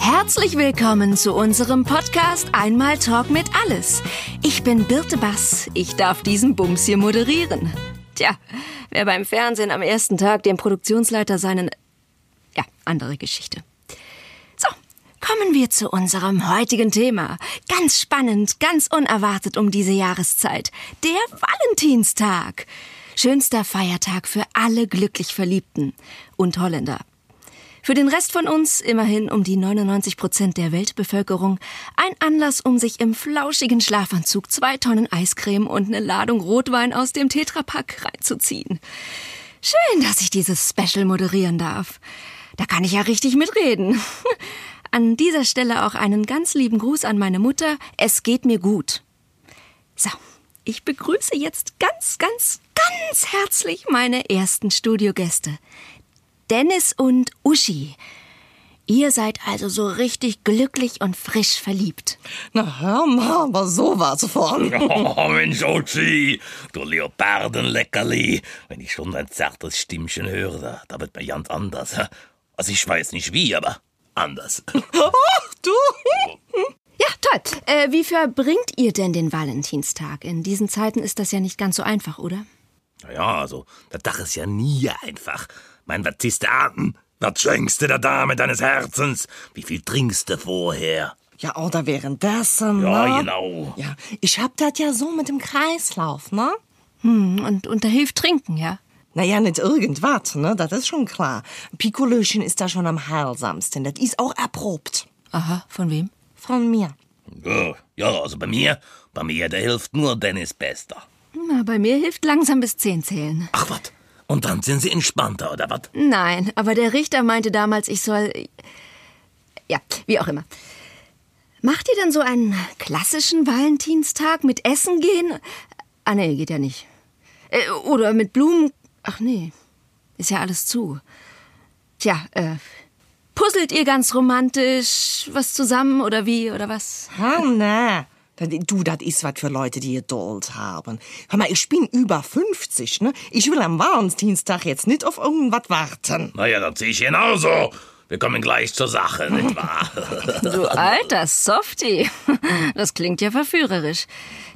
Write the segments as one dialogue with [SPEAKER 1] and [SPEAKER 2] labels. [SPEAKER 1] Herzlich willkommen zu unserem Podcast Einmal Talk mit Alles. Ich bin Birte Bass. Ich darf diesen Bums hier moderieren. Tja, wer beim Fernsehen am ersten Tag dem Produktionsleiter seinen... Ja, andere Geschichte. So, kommen wir zu unserem heutigen Thema. Ganz spannend, ganz unerwartet um diese Jahreszeit. Der Valentinstag. Schönster Feiertag für alle glücklich Verliebten und Holländer. Für den Rest von uns, immerhin um die 99 Prozent der Weltbevölkerung, ein Anlass, um sich im flauschigen Schlafanzug zwei Tonnen Eiscreme und eine Ladung Rotwein aus dem Tetrapack reinzuziehen. Schön, dass ich dieses Special moderieren darf. Da kann ich ja richtig mitreden. An dieser Stelle auch einen ganz lieben Gruß an meine Mutter. Es geht mir gut. So, ich begrüße jetzt ganz, ganz, ganz herzlich meine ersten Studiogäste. Dennis und Uschi. Ihr seid also so richtig glücklich und frisch verliebt.
[SPEAKER 2] Na, hör mal, aber sowas von.
[SPEAKER 3] Oh, Mensch, Ochi, du Leopardenleckerli. Wenn ich schon dein zartes Stimmchen höre, da, da wird mir ganz anders. hä? Also ich weiß nicht wie, aber anders.
[SPEAKER 2] Ach, du.
[SPEAKER 1] Ja, toll. Äh, wie verbringt ihr denn den Valentinstag? In diesen Zeiten ist das ja nicht ganz so einfach, oder?
[SPEAKER 3] Naja, also, der Dach ist ja nie einfach. Mein, was ziehst du an? Was schenkst du der Dame deines Herzens? Wie viel trinkst du vorher?
[SPEAKER 2] Ja, oder währenddessen,
[SPEAKER 3] Ja,
[SPEAKER 2] ne?
[SPEAKER 3] genau.
[SPEAKER 2] Ja, ich hab das ja so mit dem Kreislauf, ne?
[SPEAKER 1] Hm, und, und da hilft Trinken, ja?
[SPEAKER 2] Naja, nicht irgendwas, ne? Das ist schon klar. Pikolöchen ist da schon am heilsamsten. Das ist auch erprobt.
[SPEAKER 1] Aha, von wem?
[SPEAKER 2] Von mir.
[SPEAKER 3] Ja, ja, also bei mir, bei mir, da hilft nur Dennis Bester.
[SPEAKER 1] Na, bei mir hilft langsam bis zehn zählen.
[SPEAKER 3] Ach, was? Und dann sind sie entspannter, oder was?
[SPEAKER 1] Nein, aber der Richter meinte damals, ich soll. Ja, wie auch immer. Macht ihr dann so einen klassischen Valentinstag mit Essen gehen? Ah, nee, geht ja nicht. Äh, Oder mit Blumen. Ach nee, ist ja alles zu. Tja, äh. Puzzelt ihr ganz romantisch was zusammen oder wie oder was?
[SPEAKER 2] Ha, ne? Das- Du, das ist was für Leute, die Geduld haben. Hör mal, ich bin über 50, ne? Ich will am Valentinstag jetzt nicht auf irgendwas warten.
[SPEAKER 3] Naja, das sehe ich genauso. Wir kommen gleich zur Sache, nicht wahr?
[SPEAKER 1] Du alter Softie. Das klingt ja verführerisch.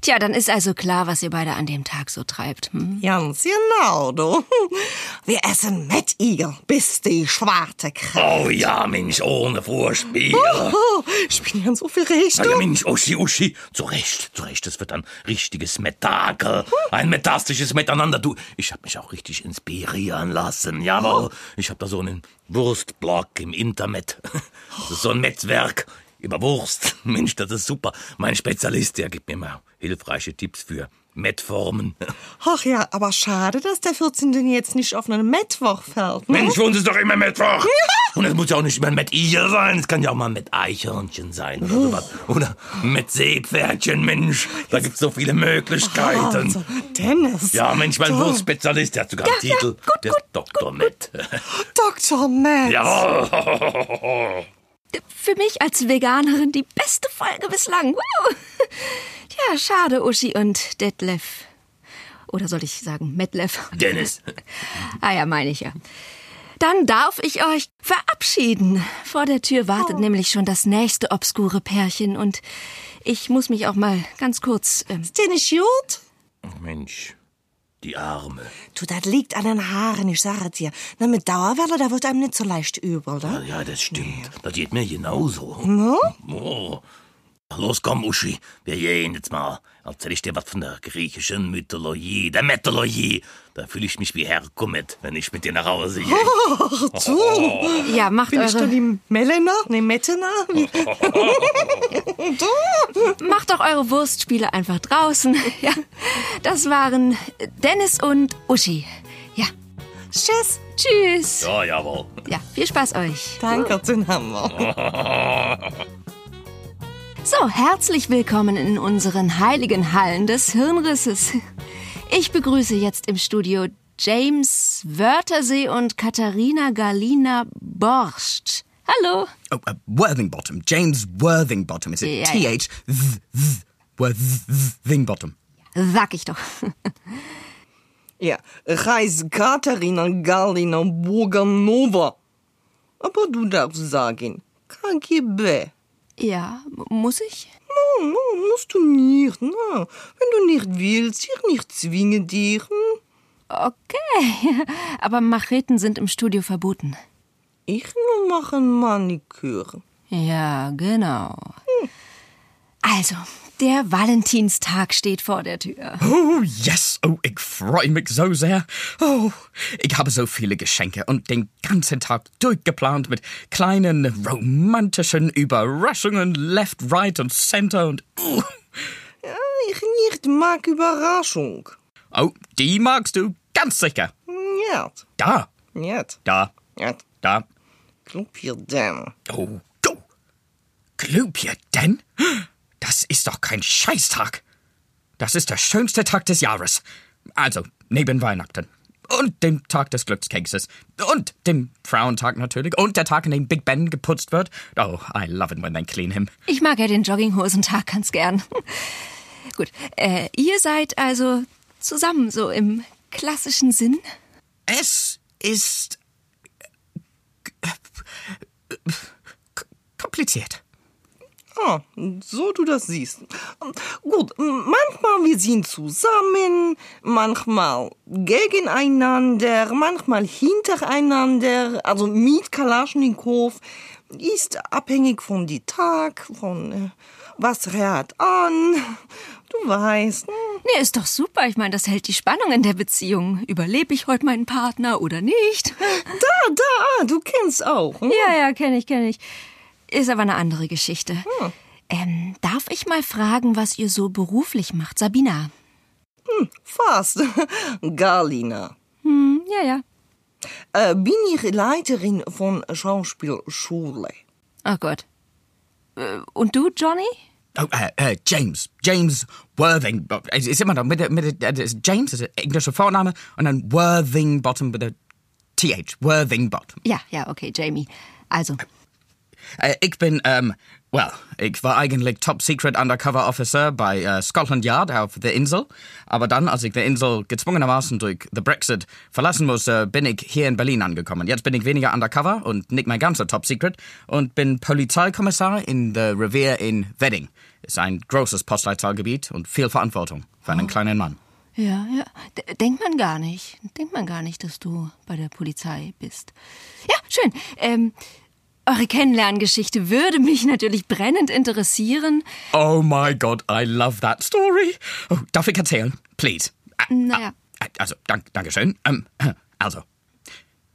[SPEAKER 1] Tja, dann ist also klar, was ihr beide an dem Tag so treibt. Hm?
[SPEAKER 2] Ganz genau, du. Wir essen Mettigel, bis die Schwarte kriegt.
[SPEAKER 3] oh ja, Mensch, ohne Vorspiel.
[SPEAKER 2] Oh, ich bin ganz aufgeregt.
[SPEAKER 3] Na ja,
[SPEAKER 2] du.
[SPEAKER 3] Mensch, Uschi, Uschi, zu Recht, zu Recht, das wird ein richtiges Metakel, ein metastisches Miteinander. Du, ich habe mich auch richtig inspirieren lassen, jawohl. Ich habe da so einen Wurstblog im Internet, das ist so ein Netzwerk über Wurst. Mensch, das ist super. Mein Spezialist, der gibt mir mal hilfreiche Tipps für Mettformen.
[SPEAKER 2] Ach ja, aber schade, dass der 14. jetzt nicht auf einen Mittwoch fällt. Ne?
[SPEAKER 3] Mensch, für uns ist doch immer Mittwoch. Und es muss ja auch nicht immer mit Igel sein. Es kann ja auch mal mit Eichhörnchen sein oder sowas. Oder mit Seepferdchen, Mensch. Da gibt's so viele
[SPEAKER 2] Also,
[SPEAKER 3] Möglichkeiten.
[SPEAKER 2] Dennis.
[SPEAKER 3] Ja, Mensch, mein
[SPEAKER 2] Du,
[SPEAKER 3] Wurstspezialist, der hat sogar einen Titel. Der ist Dr. Matt.
[SPEAKER 2] Dr. Matt.
[SPEAKER 3] Jawohl.
[SPEAKER 1] für mich als Veganerin die beste Folge bislang. Wow. Tja, schade, Uschi und Detlef. Oder soll ich sagen, Metlef?
[SPEAKER 3] Dennis.
[SPEAKER 1] Ah ja, meine ich ja. Dann darf ich euch verabschieden. Vor der Tür wartet
[SPEAKER 2] Oh.
[SPEAKER 1] nämlich schon das nächste obskure Pärchen und ich muss mich auch mal ganz kurz. Ähm,
[SPEAKER 2] Ist dir nicht gut?
[SPEAKER 3] Mensch, die Arme.
[SPEAKER 2] Du, das liegt an den Haaren, ich sage dir. Na, mit Dauerwelle, da wird einem nicht so leicht übel, ne?
[SPEAKER 3] Ja, das stimmt. Das geht mir genauso. Oh. Los, komm, Uschi. Wir gehen jetzt mal. Erzähl ich dir was von der griechischen Mythologie, der Mythologie. Da fühle ich mich wie Herkumet, wenn ich mit dir nach Hause gehe. Oh.
[SPEAKER 2] Ach so.
[SPEAKER 1] ja, macht
[SPEAKER 2] Bin ich dann
[SPEAKER 1] eure,
[SPEAKER 2] die Melena? Nee, Mettena? Wie-
[SPEAKER 1] macht doch eure Wurstspiele einfach draußen. Ja, das waren Dennis und Uschi. Ja,
[SPEAKER 2] Tschüss.
[SPEAKER 1] tschüss.
[SPEAKER 3] Ja, jawohl.
[SPEAKER 1] Ja, viel Spaß euch.
[SPEAKER 2] Danke, den haben wir.
[SPEAKER 1] So, herzlich willkommen in unseren heiligen Hallen des Hirnrisses. Ich begrüße jetzt im Studio James Wörthersee und Katharina Galina Borscht. Hallo.
[SPEAKER 4] Oh, uh, Worthingbottom. James Worthingbottom. Is
[SPEAKER 1] Yeah.
[SPEAKER 4] it T H th th Worthingbottom?
[SPEAKER 1] Sag ich doch.
[SPEAKER 2] Ja, Reis Katharina Galina Boganova. Aber du darfst sagen, KGB.
[SPEAKER 1] Ja, m- muss ich?
[SPEAKER 2] No, no, musst du nicht, na. Wenn du nicht willst, ich nicht zwinge dich. hm?
[SPEAKER 1] Okay. Aber Macheten sind im Studio verboten.
[SPEAKER 2] Ich nur machen Maniküre.
[SPEAKER 1] Ja, genau. Also, der Valentinstag steht vor der Tür.
[SPEAKER 4] Oh, yes. Oh, ich freue mich so sehr. Oh, ich habe so viele Geschenke und den ganzen Tag durchgeplant mit kleinen romantischen Überraschungen left, right und center und... Uh.
[SPEAKER 2] Ja, Ah, ich nicht mag Überraschung.
[SPEAKER 4] Oh, die magst du ganz sicher.
[SPEAKER 2] Nicht,
[SPEAKER 4] Da,
[SPEAKER 2] nicht,
[SPEAKER 4] da,
[SPEAKER 2] nicht.
[SPEAKER 4] da.
[SPEAKER 2] Klopier denn.
[SPEAKER 4] Oh, du. Glübje, denn? Das ist doch kein Scheißtag. Das ist der schönste Tag des Jahres. Also, neben Weihnachten. Und dem Tag des Glückskekses. Und dem Frauentag natürlich. Und der Tag, an dem Big Ben geputzt wird. Oh, I love it when they clean him.
[SPEAKER 1] Ich mag ja den Jogginghosentag ganz gern. Gut, äh, ihr seid also zusammen, so im klassischen Sinn?
[SPEAKER 4] Es ist... äh, kompliziert.
[SPEAKER 2] Ah, so du das siehst. Gut, manchmal wir sind zusammen, manchmal gegeneinander, manchmal hintereinander, also mit Kalaschnikow. Ist abhängig von die Tag, von äh, was rät an. Du weißt. hm.
[SPEAKER 1] Nee, ist doch super. Ich meine, das hält die Spannung in der Beziehung. Überlebe ich heute meinen Partner oder nicht?
[SPEAKER 2] Da, da, du kennst auch. hm?
[SPEAKER 1] Ja, ja, kenne ich, kenne ich. Ist aber eine andere Geschichte. Ähm, darf ich mal fragen, was ihr so beruflich macht, Sabina?
[SPEAKER 2] Fast. Galina.
[SPEAKER 1] Hm, ja, ja.
[SPEAKER 2] Äh, bin ich Leiterin von Schauspielschule.
[SPEAKER 1] Ach Oh Gott. Äh, Und du, Johnny?
[SPEAKER 4] Oh, äh, äh, James. James Worthing. Es ist immer noch mit, der- mit, der- das ist uh, James, das ist der englische Vorname, und dann Worthingbottom mit der TH. Worthingbottom.
[SPEAKER 1] Ja, ja, okay, Jamie. Also,
[SPEAKER 4] Äh, ich bin, ähm, well, ich war eigentlich Top Secret Undercover Officer bei äh, Scotland Yard auf der Insel. Aber dann, als ich die Insel gezwungenermaßen durch The Brexit verlassen musste, bin ich hier in Berlin angekommen. Jetzt bin ich weniger Undercover und nicht mehr ganzer Top Secret und bin Polizeikommissar in The Revier in Wedding. Ist ein großes Postleitzahlgebiet und viel Verantwortung für einen kleinen Mann.
[SPEAKER 1] ja, ja. D denkt man gar nicht. Denkt man gar nicht, dass du bei der Polizei bist. Ja, schön. Ähm, eure Kennenlerngeschichte würde mich natürlich brennend interessieren.
[SPEAKER 4] Oh my god, I love that story. Oh, darf ich erzählen? Please. Ah,
[SPEAKER 1] Naja.
[SPEAKER 4] ah, Also, dank, danke schön. Ähm, also,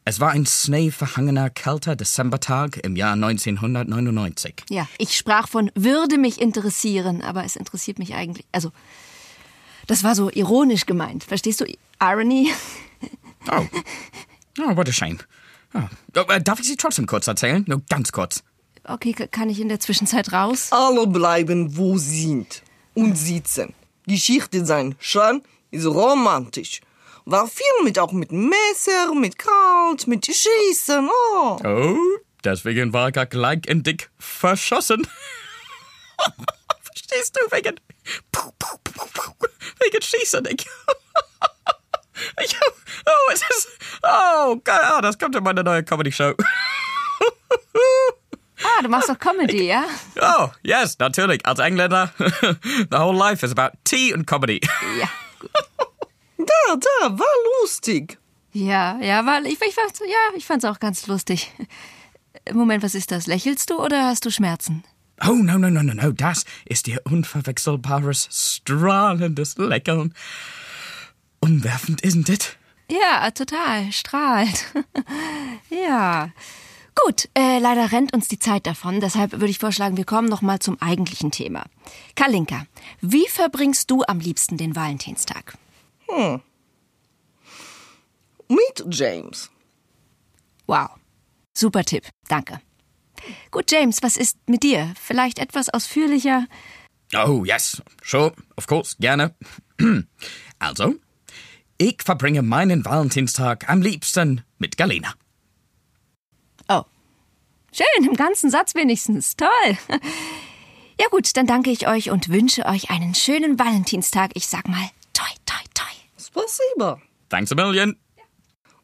[SPEAKER 4] es war ein schneeverhangener, kalter Dezembertag im Jahr 1999.
[SPEAKER 1] Ja, ich sprach von würde mich interessieren, aber es interessiert mich eigentlich. Also, das war so ironisch gemeint. Verstehst du? Irony?
[SPEAKER 4] Oh, oh what a shame. Oh. Oh, äh, darf ich Sie trotzdem kurz erzählen? Nur ganz kurz.
[SPEAKER 1] Okay, k- kann ich in der Zwischenzeit raus?
[SPEAKER 2] Alle bleiben, wo sind und sitzen. Geschichte sein Schan ist romantisch. War viel mit auch mit Messer, mit Kalt, mit Schießen. Oh.
[SPEAKER 4] Oh, deswegen war ich gleich in Dick verschossen. Verstehst du, wegen... Puh, puh, puh, puh, wegen Schießen, ich... ich oh, es ist... Oh, ah, das kommt in meine neue Comedy-Show.
[SPEAKER 1] Ah, du machst doch Comedy, ja?
[SPEAKER 4] Oh, yes, natürlich, als Engländer. The whole life is about tea and comedy.
[SPEAKER 1] Ja.
[SPEAKER 2] Da, da, war lustig.
[SPEAKER 1] Ja, ja, weil ich, ich fand's, ja, ich fand's auch ganz lustig. Moment, was ist das? Lächelst du oder hast du Schmerzen?
[SPEAKER 4] Oh, no, no, no, no, no, das ist ihr unverwechselbares, strahlendes Lächeln. Umwerfend, isn't it?
[SPEAKER 1] Ja, total. Strahlt. ja. Gut, äh, leider rennt uns die Zeit davon. Deshalb würde ich vorschlagen, wir kommen nochmal zum eigentlichen Thema. Kalinka, wie verbringst du am liebsten den Valentinstag?
[SPEAKER 2] Mit James.
[SPEAKER 1] Wow. Super Tipp. Danke. Gut, James, was ist mit dir? Vielleicht etwas ausführlicher?
[SPEAKER 4] Oh, yes. Sure, of course, gerne. Also, ich verbringe meinen Valentinstag am liebsten mit Galina.
[SPEAKER 1] Oh. Schön, im ganzen Satz wenigstens. Toll. Ja gut, dann danke ich euch und wünsche euch einen schönen Valentinstag. Ich sag mal, toi, toi, toi.
[SPEAKER 2] Spasiba.
[SPEAKER 4] Thanks a million.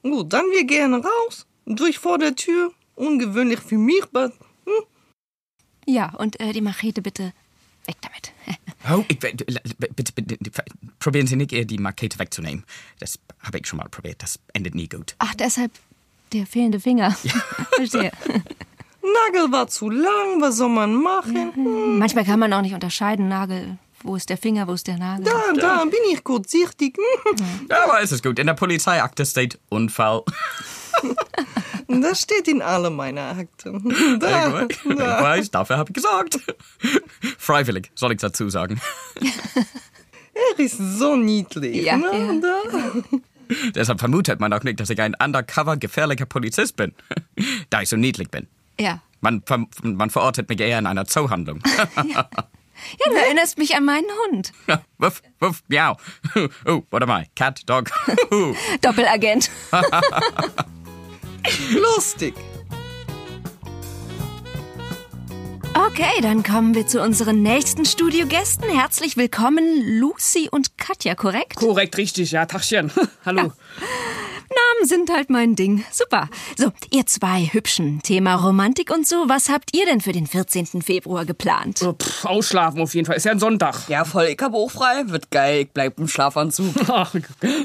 [SPEAKER 2] Gut, dann wir gehen raus, durch vor der Tür. Ungewöhnlich für mich, aber hm,
[SPEAKER 1] Ja, und äh, die Machete bitte weg damit.
[SPEAKER 4] Oh, ich, bitte, bitte, bitte, probieren Sie nicht, ihr die Markete wegzunehmen. Das habe ich schon mal probiert. Das endet nie gut.
[SPEAKER 1] Ach, deshalb der fehlende Finger. Verstehe.
[SPEAKER 2] Nagel war zu lang, was soll man machen?
[SPEAKER 1] Manchmal kann man auch nicht unterscheiden, Nagel. Wo ist der Finger, wo ist der Nagel?
[SPEAKER 2] Da, da bin ich kurzsichtig.
[SPEAKER 4] Ja, aber es ist gut. In der Polizeiakte steht Unfall.
[SPEAKER 2] Das steht in alle meiner Akten. Da,
[SPEAKER 4] Ich
[SPEAKER 2] da.
[SPEAKER 4] weiß, dafür habe ich gesagt. Freiwillig, soll ich dazu sagen.
[SPEAKER 2] Er ist so niedlich.
[SPEAKER 1] Ja,
[SPEAKER 2] ne?
[SPEAKER 1] ja.
[SPEAKER 2] Da.
[SPEAKER 4] Deshalb vermutet man auch nicht, dass ich ein undercover gefährlicher Polizist bin. Da ich so niedlich bin.
[SPEAKER 1] Ja.
[SPEAKER 4] Man, ver man verortet mich eher in einer Zoohandlung.
[SPEAKER 1] Ja, du erinnerst mich an meinen Hund.
[SPEAKER 4] wuff, wuff, miau. Oh, what am I? Cat, dog. Oh.
[SPEAKER 1] Doppelagent.
[SPEAKER 2] Lustig.
[SPEAKER 1] Okay, dann kommen wir zu unseren nächsten Studiogästen. Herzlich willkommen, Lucy und Katja, korrekt?
[SPEAKER 5] Korrekt, richtig, ja, Tachchen. Hallo.
[SPEAKER 1] Namen sind halt mein Ding. Super. So, ihr zwei Hübschen, Thema Romantik und so, was habt ihr denn für den 14. Februar geplant?
[SPEAKER 5] So, pff, ausschlafen auf jeden Fall. Ist ja ein Sonntag.
[SPEAKER 6] Ja, voll, ich habe auch frei. Wird geil, ich bleib im Schlafanzug.
[SPEAKER 5] Ach,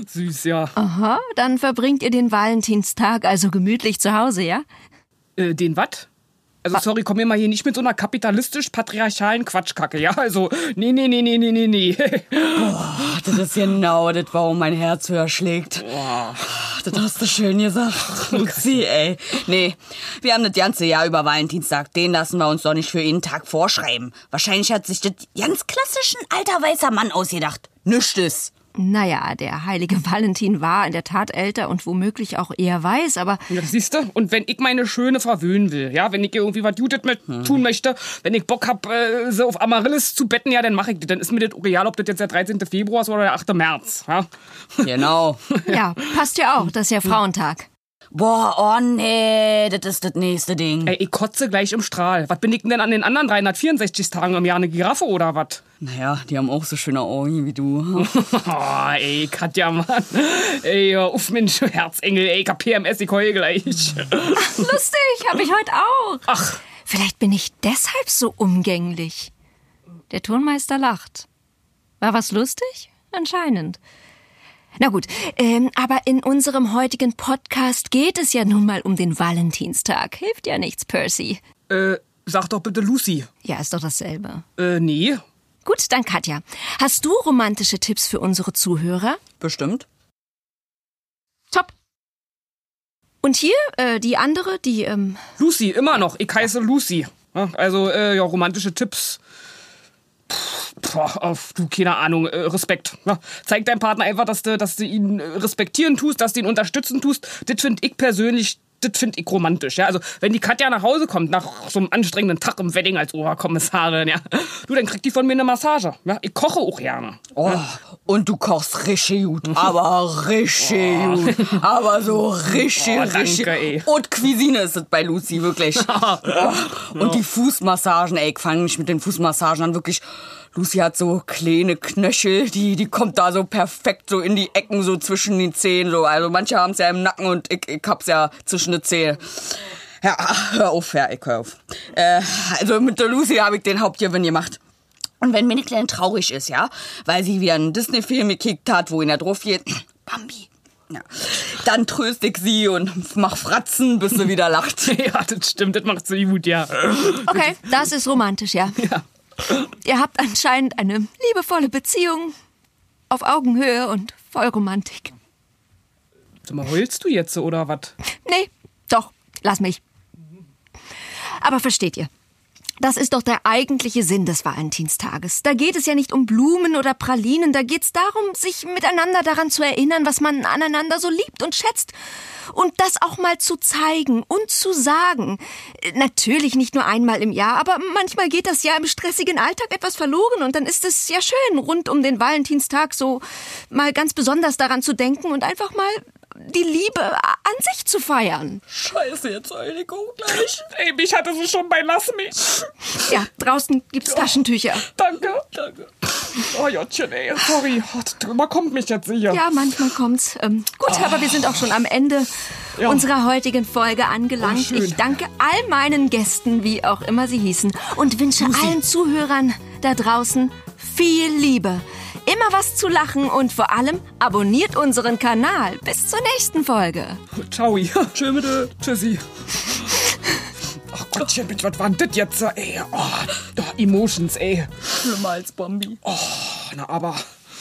[SPEAKER 5] süß, ja.
[SPEAKER 1] Aha, Oh, dann verbringt ihr den Valentinstag also gemütlich zu Hause, ja?
[SPEAKER 5] Äh, den Watt? Also, sorry, komm mir mal hier nicht mit so einer kapitalistisch-patriarchalen Quatschkacke, ja? Also, nee, nee, nee, nee, nee, nee, nee.
[SPEAKER 6] Ach, das ist genau das, warum mein Herz höher schlägt. Ach, Das hast du schön gesagt, Luxi, ey. Nee, wir haben das ganze Jahr über Valentinstag. Den lassen wir uns doch nicht für jeden Tag vorschreiben. Wahrscheinlich hat sich das ganz klassischen alter weißer Mann ausgedacht. Nüchtes.
[SPEAKER 1] Naja, der heilige Valentin war in der Tat älter und womöglich auch eher weiß, aber
[SPEAKER 5] Ja, siehst du? Und wenn ich meine Schöne verwöhnen will, ja, wenn ich ihr irgendwie was Judith mit tun möchte, wenn ich Bock hab, äh, sie auf Amaryllis zu betten, ja, dann mache ich das. Dann ist mir das auch egal, ob das jetzt der 13. Februar ist oder der 8. März, ja?
[SPEAKER 6] Genau.
[SPEAKER 1] ja, passt ja auch, das ist ja Frauentag.
[SPEAKER 6] Boah, oh nee, das ist das nächste Ding.
[SPEAKER 5] Ey, ich kotze gleich im Strahl. Was bin ich denn an den anderen 364 Tagen im Jahr eine Giraffe oder was?
[SPEAKER 6] Naja, die haben auch so schöne Augen wie du.
[SPEAKER 5] Oh, ey, Katja, Mann. Ey, hör auf Mensch, du Herzengel, ey, ich hab PMS, ich heul gleich.
[SPEAKER 1] Lustig, hab ich heute auch.
[SPEAKER 5] Ach,
[SPEAKER 1] Vielleicht bin ich deshalb so umgänglich. Der Tonmeister lacht. War was lustig? Anscheinend. Na gut, ähm, aber in unserem heutigen Podcast geht es ja nun mal um den Valentinstag. Hilft ja nichts, Percy.
[SPEAKER 5] äh, sag doch bitte Lucy.
[SPEAKER 1] Ja, ist doch dasselbe.
[SPEAKER 5] Äh, nee.
[SPEAKER 1] Gut, dann Katja. Hast du romantische Tipps für unsere Zuhörer?
[SPEAKER 6] Bestimmt.
[SPEAKER 1] Top. Und hier, äh, die andere, die, ähm,
[SPEAKER 5] Lucy, immer noch. Ich heiße Lucy. Ja, Also, äh, ja, romantische Tipps. Puh, boah, auf, du, keine Ahnung, äh, Respekt. Ja, zeig deinem Partner einfach, dass du, dass du ihn äh, respektieren tust, dass du ihn unterstützen tust. Das finde ich persönlich, das finde ich romantisch. Ja? Also, wenn die Katja nach Hause kommt, nach so einem anstrengenden Tag im Wedding als Oberkommissarin, ja, du, dann kriegt die von mir eine Massage. Ja? Ich koche auch gerne.
[SPEAKER 6] Oh, und du kochst richtig gut. Aber richtig gut. Aber so richtig,
[SPEAKER 5] Oh, danke,
[SPEAKER 6] richtig.
[SPEAKER 5] ey.
[SPEAKER 6] Und Cuisine ist es bei Lucy, wirklich. Oh. und die Fußmassagen, ey, ich fange nicht mit den Fußmassagen an, wirklich. Lucy hat so kleine Knöchel, die, die kommt da so perfekt so in die Ecken, so zwischen den Zehen. So. Also manche haben's ja im Nacken und ich, ich hab's ja zwischen den Zehen. Ja, hör auf, ja, ich hör auf. Äh, also mit der Lucy habe ich den Hauptgewinn gemacht. Und wenn meine Kleine traurig ist, ja, weil sie wieder einen Disney-Film gekickt hat, wo in der drauf geht, Bambi. Ja. Dann tröste ich sie und mach Fratzen, bis sie wieder lacht.
[SPEAKER 5] Ja, das stimmt, das macht sie gut, ja.
[SPEAKER 1] okay, das ist romantisch, ja.
[SPEAKER 5] ja.
[SPEAKER 1] Ihr habt anscheinend eine liebevolle Beziehung auf Augenhöhe und voll Romantik.
[SPEAKER 5] Sag mal, heulst du jetzt oder was?
[SPEAKER 1] Nee, doch, lass mich. Aber versteht ihr? Das ist doch der eigentliche Sinn des Valentinstages. Da geht es ja nicht um Blumen oder Pralinen, da geht's darum, sich miteinander daran zu erinnern, was man aneinander so liebt und schätzt. Und das auch mal zu zeigen und zu sagen. Äh, Natürlich nicht nur einmal im Jahr, aber manchmal geht das ja im stressigen Alltag etwas verloren und dann ist es ja schön, rund um den Valentinstag so mal ganz besonders daran zu denken und einfach mal die Liebe an sich zu feiern.
[SPEAKER 6] Scheiße, jetzt heul ich auch gleich.
[SPEAKER 5] Ey, mich hatte sie schon bei Lass mich.
[SPEAKER 1] Ja, draußen gibt's Taschentücher.
[SPEAKER 5] Danke. Danke. Oh Jottchen, ey, sorry. Oh, das überkommt mich jetzt sicher.
[SPEAKER 1] Ja, manchmal kommt's. Ähm, gut, aber wir sind auch schon am Ende. unserer heutigen Folge angelangt. ich danke all meinen Gästen, wie auch immer sie hießen, und wünsche allen Zuhörern da draußen viel Liebe. Immer was zu lachen und vor allem abonniert unseren Kanal. Bis zur nächsten Folge.
[SPEAKER 5] Ciao. Tschö bitte. Tschüssi. Ach Gottchen, bitte, was war denn das jetzt? Ey, oh, oh, Emotions, ey.
[SPEAKER 6] Schlimmer als Bambi.
[SPEAKER 5] Na aber...